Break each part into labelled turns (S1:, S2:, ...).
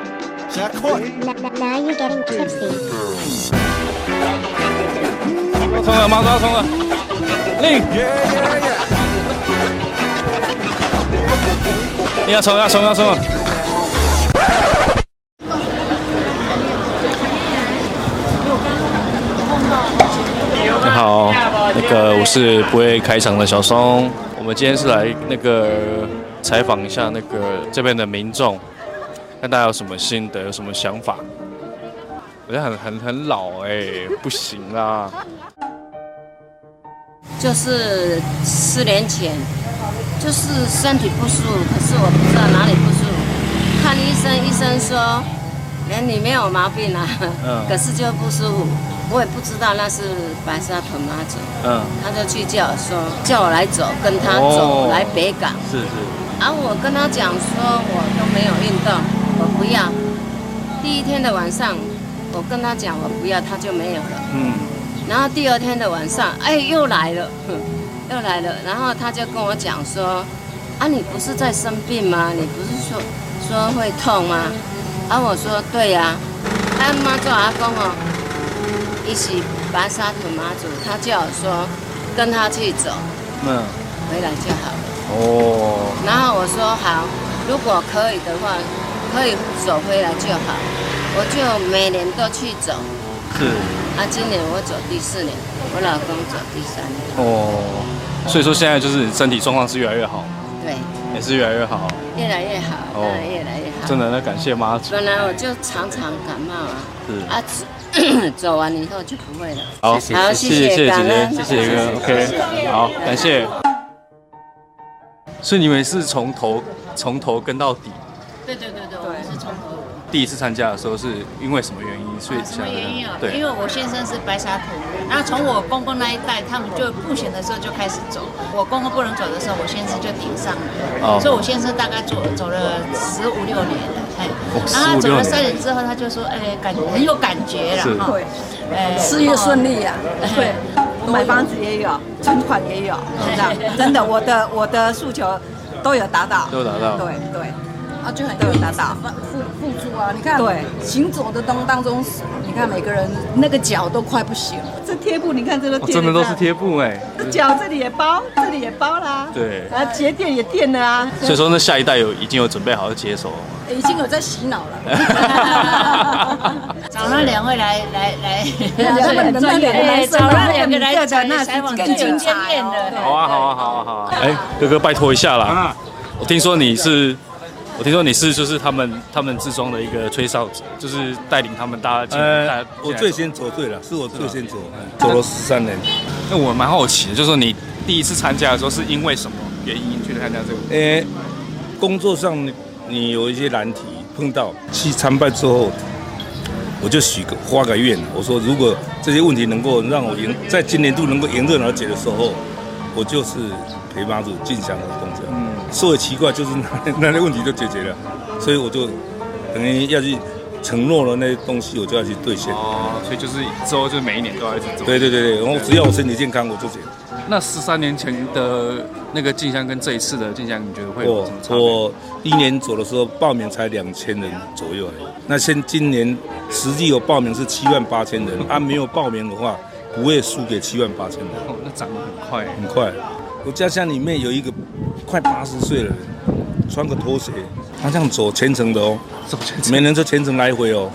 S1: got caught.
S2: Now you're getting tipsy.
S3: 马松了，马松了，松了，零，
S1: Yeah, yeah, yeah.
S3: 你要冲，要冲，要冲！你好，那个我是不会开场的小松，我们今天是来那个采访一下那个这边的民众，看大家有什么心得，有什么想法。我觉得很很很老哎、不行啊啦。
S4: 就是四年前，就是身体不舒服，可是我不知道哪里不舒服，看医生，医生说，哎，你没有毛病啊，
S3: 嗯
S4: 可是就不舒服，我也不知道那是白沙屯麻疹，
S3: 嗯，
S4: 他就去叫我说，叫我来走，跟他
S3: 哦
S4: 走、来北港，
S3: 是是，
S4: 啊，我跟他讲说我都没有运动，我不要。第一天的晚上，我跟他讲我不要，他就没有了。
S3: 嗯，
S4: 然后第二天的晚上，哎，又来了，哼又来了。然后他就跟我讲说，啊，你不是在生病吗？你不是说说会痛吗？啊，我说对呀、啊。俺妈做阿公哦，一起白沙屯妈祖，他叫我说跟他去走，
S3: 嗯，
S4: 回来就好了。
S3: 哦，
S4: 然后我说好，如果可以的话，可以走回来就好。我就每年都去走，
S3: 是。
S4: 啊，今年我走第四年，我老公走第三年。
S3: 哦，所以说现在就是你身体状况是越来越好，
S4: 对，
S3: 也是越来越好，
S4: 越来越好，
S3: 哦
S4: 当然越来越好。
S3: 真，的那感谢妈祖。
S4: 本来我就常常感冒啊，
S3: 是
S4: 啊， 走走完以后就不会了。
S3: 好，
S4: 好
S3: 谢
S4: 谢谢
S3: 谢姐
S4: 感
S3: 姐
S4: 恩，
S3: 谢谢哥，OK，好，感谢。所以你们是从头从头跟到底，
S5: 对对对对，我们是从头。
S3: 第一次参加的时候是因为什么原因？所以
S5: 什么原因啊？因
S3: 对
S5: 为，我先生是白沙屯，然后从我公公那一代，他们就步行的时候就开始走。我公公不能走的时候，我先生就顶上
S3: 哦
S5: 了。所以我先生大概走走了十五六年了，哎
S3: 哦，
S5: 然后他
S3: 15-16
S5: 走了
S3: 年
S5: 三年之后，他就说，哎，感觉很有感觉了
S3: 是
S5: 哈，哎，
S6: 事业顺利呀、
S5: 哎
S6: 对，我买房子也有，存款也有，真 的，真的，我的我的诉求都有达到，
S3: 都有达到
S6: 对对
S7: 啊，就很
S6: 哦都有达到，
S7: 付付出啊！你看，
S6: 对
S7: 行走的当当中，你看每个人那个脚都快不行了。
S6: 这贴布你看这都
S3: 哦
S6: 贴、
S3: 真的都是，贴布哎，
S6: 这脚这里也包，这里也包啦，
S3: 对
S6: 啊，鞋垫也垫了啊，
S3: 所以说那下一代有已经有准备好要接手了吗。
S7: 已经有在洗脑了。
S5: 找那两位来来来，
S7: 他们的那两个男生
S5: 找那两个
S7: 各
S5: 来
S7: 的那
S5: 采访，
S7: 更
S5: 已经
S7: 精彩
S5: 见面了。
S3: 好啊，好啊，好啊，好啊！哎，哥哥，拜托一下啦！我听说你是，我听说你是就是他们他们自装的一个吹哨者，就是带领他们大家进来。大
S1: 呃
S3: 家，进
S1: 我
S3: 来
S1: 最
S3: 走。
S1: 先走对了，是我最先走，嗯走了十三年。
S3: 那哎我蛮好奇的，就是说你第一次参加的时候是因为什么原因去参加这个？
S1: 诶、工作上你你有一些难题碰到，去参拜之后，我就许个发个愿，我说如果这些问题能够让我迎，在今年度能够迎刃而解的时候，我就是陪妈祖进香活动这样。
S3: 嗯
S1: 说也奇怪，就是那那些问题就解决了，所以我就等于要去承诺了那些东西，我就要去兑现。
S3: 哦，所以就是之后就是每一年都要一直做。
S1: 对对对对，然后只要我身体健康，我就解决。
S3: 那十三年前的那个进香跟这一次的进香，你觉得会有
S1: 我
S3: 什么差别？
S1: 我一年走的时候报名才两千人左右而已，那现今年实际有报名是七万八 千人，啊没有报名的话不会输给七万八千人，
S3: 哦那长得很 快。
S1: 很快。我家乡里面有一个快八十岁的人，穿个拖鞋，他这样走全程的 哦，
S3: 走全
S1: 每人就全程来回哦，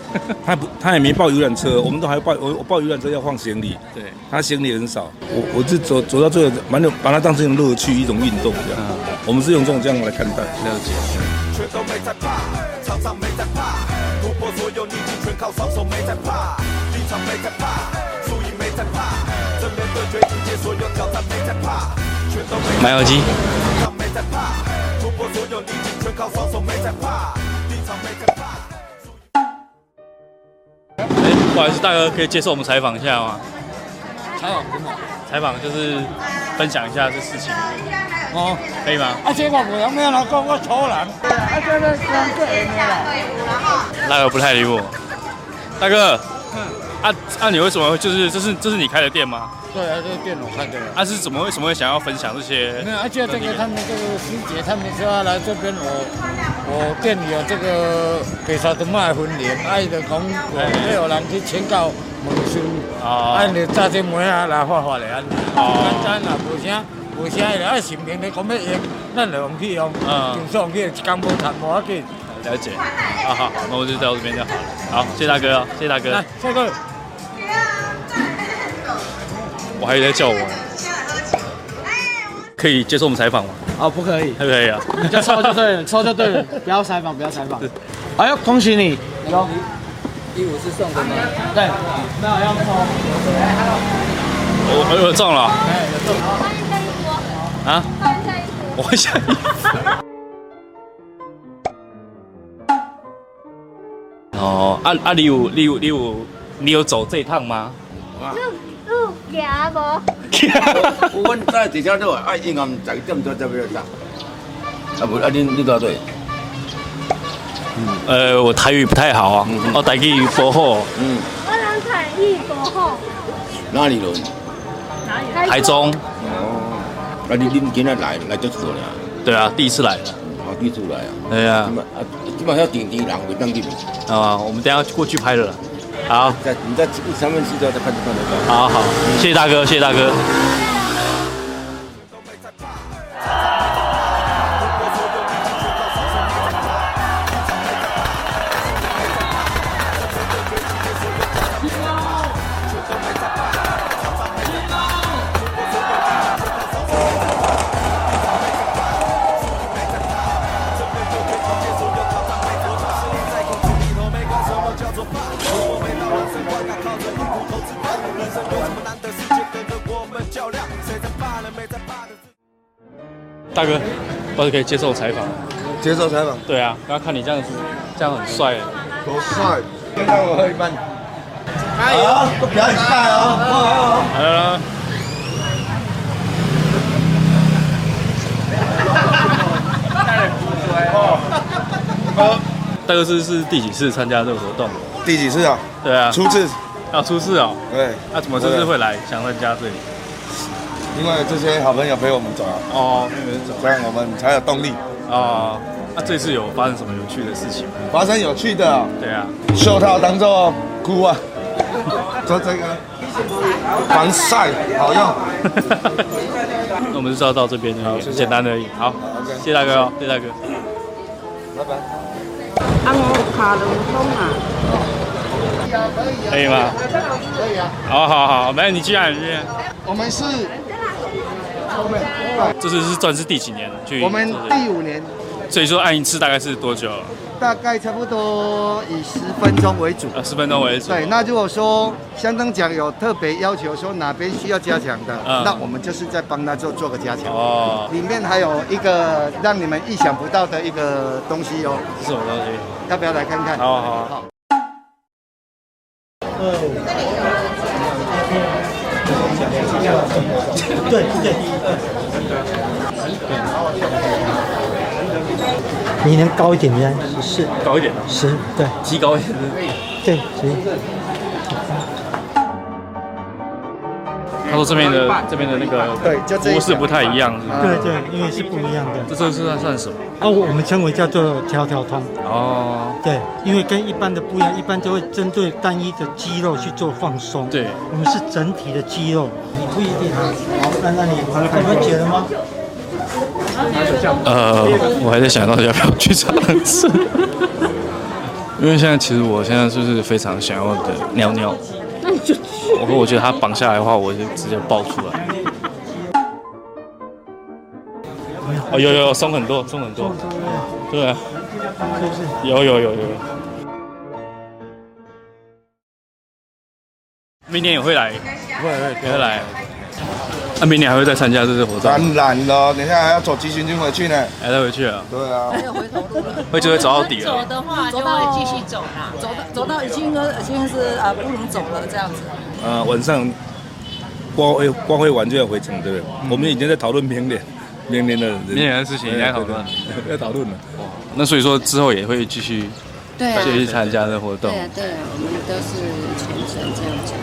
S1: 他不他也没报游览车，我们都还报我我报游览车要放行李，
S3: 对，
S1: 他行李很少，我我是走走到最后，反正把它当成一种乐趣，一种运动这样，我们是用这种这样来看待。
S3: 嗯了解。
S8: 全都没在怕，场上没在怕，突破所有逆境全靠双手没在怕，立场没在怕，输赢没在怕，正面对决迎接所有挑战没在怕，全都没
S3: 买耳机。
S8: 在怕没在怕，突破所有逆境全靠双手没在怕，立场没在怕。
S3: 哎，不好意思，大哥，可以接受我们采访一下吗？采访什么？采访就是分享一下这事情。哦，可以吗？啊，结果我没有拿过我抽了。大哥不嗯太理我。大哥，啊啊，你为什么会就是这是这是你开的店吗？
S9: 对啊，这个电脑看的。
S3: 啊，是怎么为什么会想要分享这些？
S9: 没有，而且这个他们这个师姐，他们说要来这边我我店里有这个给他的卖婚礼，爱的讲我没有人去请教门师，
S3: 哦
S9: 按你炸这门啊来画画来安，
S3: 哦
S9: 咱咱啊无啥无啥的，啊成品你讲要用，咱就用去用，
S3: 嗯
S9: 就上去一工无谈无要紧。
S3: 了解。啊，好，那我就到这边就好了。好，谢谢大哥哦，谢谢大哥
S9: 来。，帅哥，
S3: 我还以为在叫我。可以接受我们采访吗？
S10: 啊，不可以，
S3: 可不可以啊？
S10: 就抽就对了，嗯抽就对了，不要采访，不要采访。哎呦，恭喜你！有，一五是送的吗？对，那我要抽。
S3: 我我有中了。啊？我换下衣服。哦，啊啊，你有你有你有你有走这一 趟吗？
S2: 有夹无？
S11: 我在底下都啊，应该在这么多这边站。啊不，啊你你多少岁？
S3: 呃，我台语不太好啊，
S10: 嗯
S3: 我台语不好。
S11: 嗯，
S2: 我人台语无好，
S11: 哪里人？
S3: 台中，
S11: 哦，啊你你今天来来这次呢？
S3: 对啊，第一次来了。
S11: 啊，第一次来啊。
S3: 对啊，
S11: 啊，基本上点点人会当地面，
S3: 啊，我们等一下过去拍了啦。好，
S11: 在你在三分之后再看看得到。
S3: 好好，谢谢大哥，谢谢大哥。大哥，我是可以接受采访。
S11: 接受采访，
S3: 对啊，刚刚看你这样子，这样很帅。
S11: 多帅！让我喝一半。加油！都表演赛哦！
S3: 来来来，大哥是是第几次参加这个活动？
S11: 第几次啊？
S3: 对啊，
S11: 初次。
S3: 啊初次哦。
S11: 对，
S3: 那、怎么这次会来想参加这里？
S11: 因为这些好朋友陪我们走啊，
S3: 哦，那个人走。
S11: 这样我们才有动力。
S3: 哦，那、这次有发生什么有趣的事情吗？
S11: 发生有趣的哦、
S3: 对啊，
S11: 袖套当做箍啊， 做这个防晒好用。
S3: 那我们就要到这边而已，简单而已。好，谢谢大哥哦，谢谢大哥。
S11: 拜拜。
S7: 啊，我卡龙通啊。
S3: 可以吗？可以啊。好好好，没有你进来，你进来。
S10: 我们是，
S3: 这次是算是第几年了去？
S10: 我们第五年，
S3: 所以说按一次大概是多久？
S10: 大概差不多以十分钟为主。
S3: 呃，十分钟为止。
S10: 对，那如果说香灯奖有特别要求，说哪边需要加强的，
S11: 啊
S3: 嗯
S10: 那我们就是在帮他做做个加强。
S3: 哦，
S10: 里面还有一个让你们意想不到的一个东西哦，
S3: 这是什么东西？
S10: 要不要来看看？
S3: 好好好。
S12: 你能高一点，你看是
S3: 高一点的，
S12: 十，对
S3: 提高一点。
S12: 对十。
S3: 他说这边的这边的那个
S10: 对就这一条
S3: 模式不太一啊样，是不是
S12: 对对，因为是不一样的。
S3: 这这是算算什么？
S12: 啊，我我们称为叫做条条通。
S3: 哦，
S12: 对，因为跟一般的不一样，一般都会针对单一的肌肉去做放松。
S3: 对，
S12: 我们是整体的肌肉。你不一定啊。好，那那你你们解了吗？
S3: 呃，我还在想到底要不要去尝试，因为现在其实我现在就是非常想要的尿尿，那你就我我觉得它绑下来的话，我就直接爆出来。哦，有有有松很多，松很多，对啊，
S12: 是不是？
S3: 有有有有。明年也会来，
S11: 会会。
S3: 也会来。那、明年还会再参加这次活动？
S11: 当然了，等一下还要走集群军回去呢。
S3: 还再回去啊？
S11: 对啊，
S3: 会就会走到底
S5: 走
S3: 了。
S5: 的话就会继续走啦。
S6: 走到走到已经呃已经是呃不能走了这样子。
S1: 呃，晚上光辉光辉完就要回程，对不对？我们已经在讨论明年明年的人
S3: 嗯明年的事情已经在讨论了
S1: 对对对要讨论了。
S3: 那所以说之后也会继续
S4: 对啊，
S3: 继续参加这活动
S4: 对。啊，对啊，我们都是全程这样讲。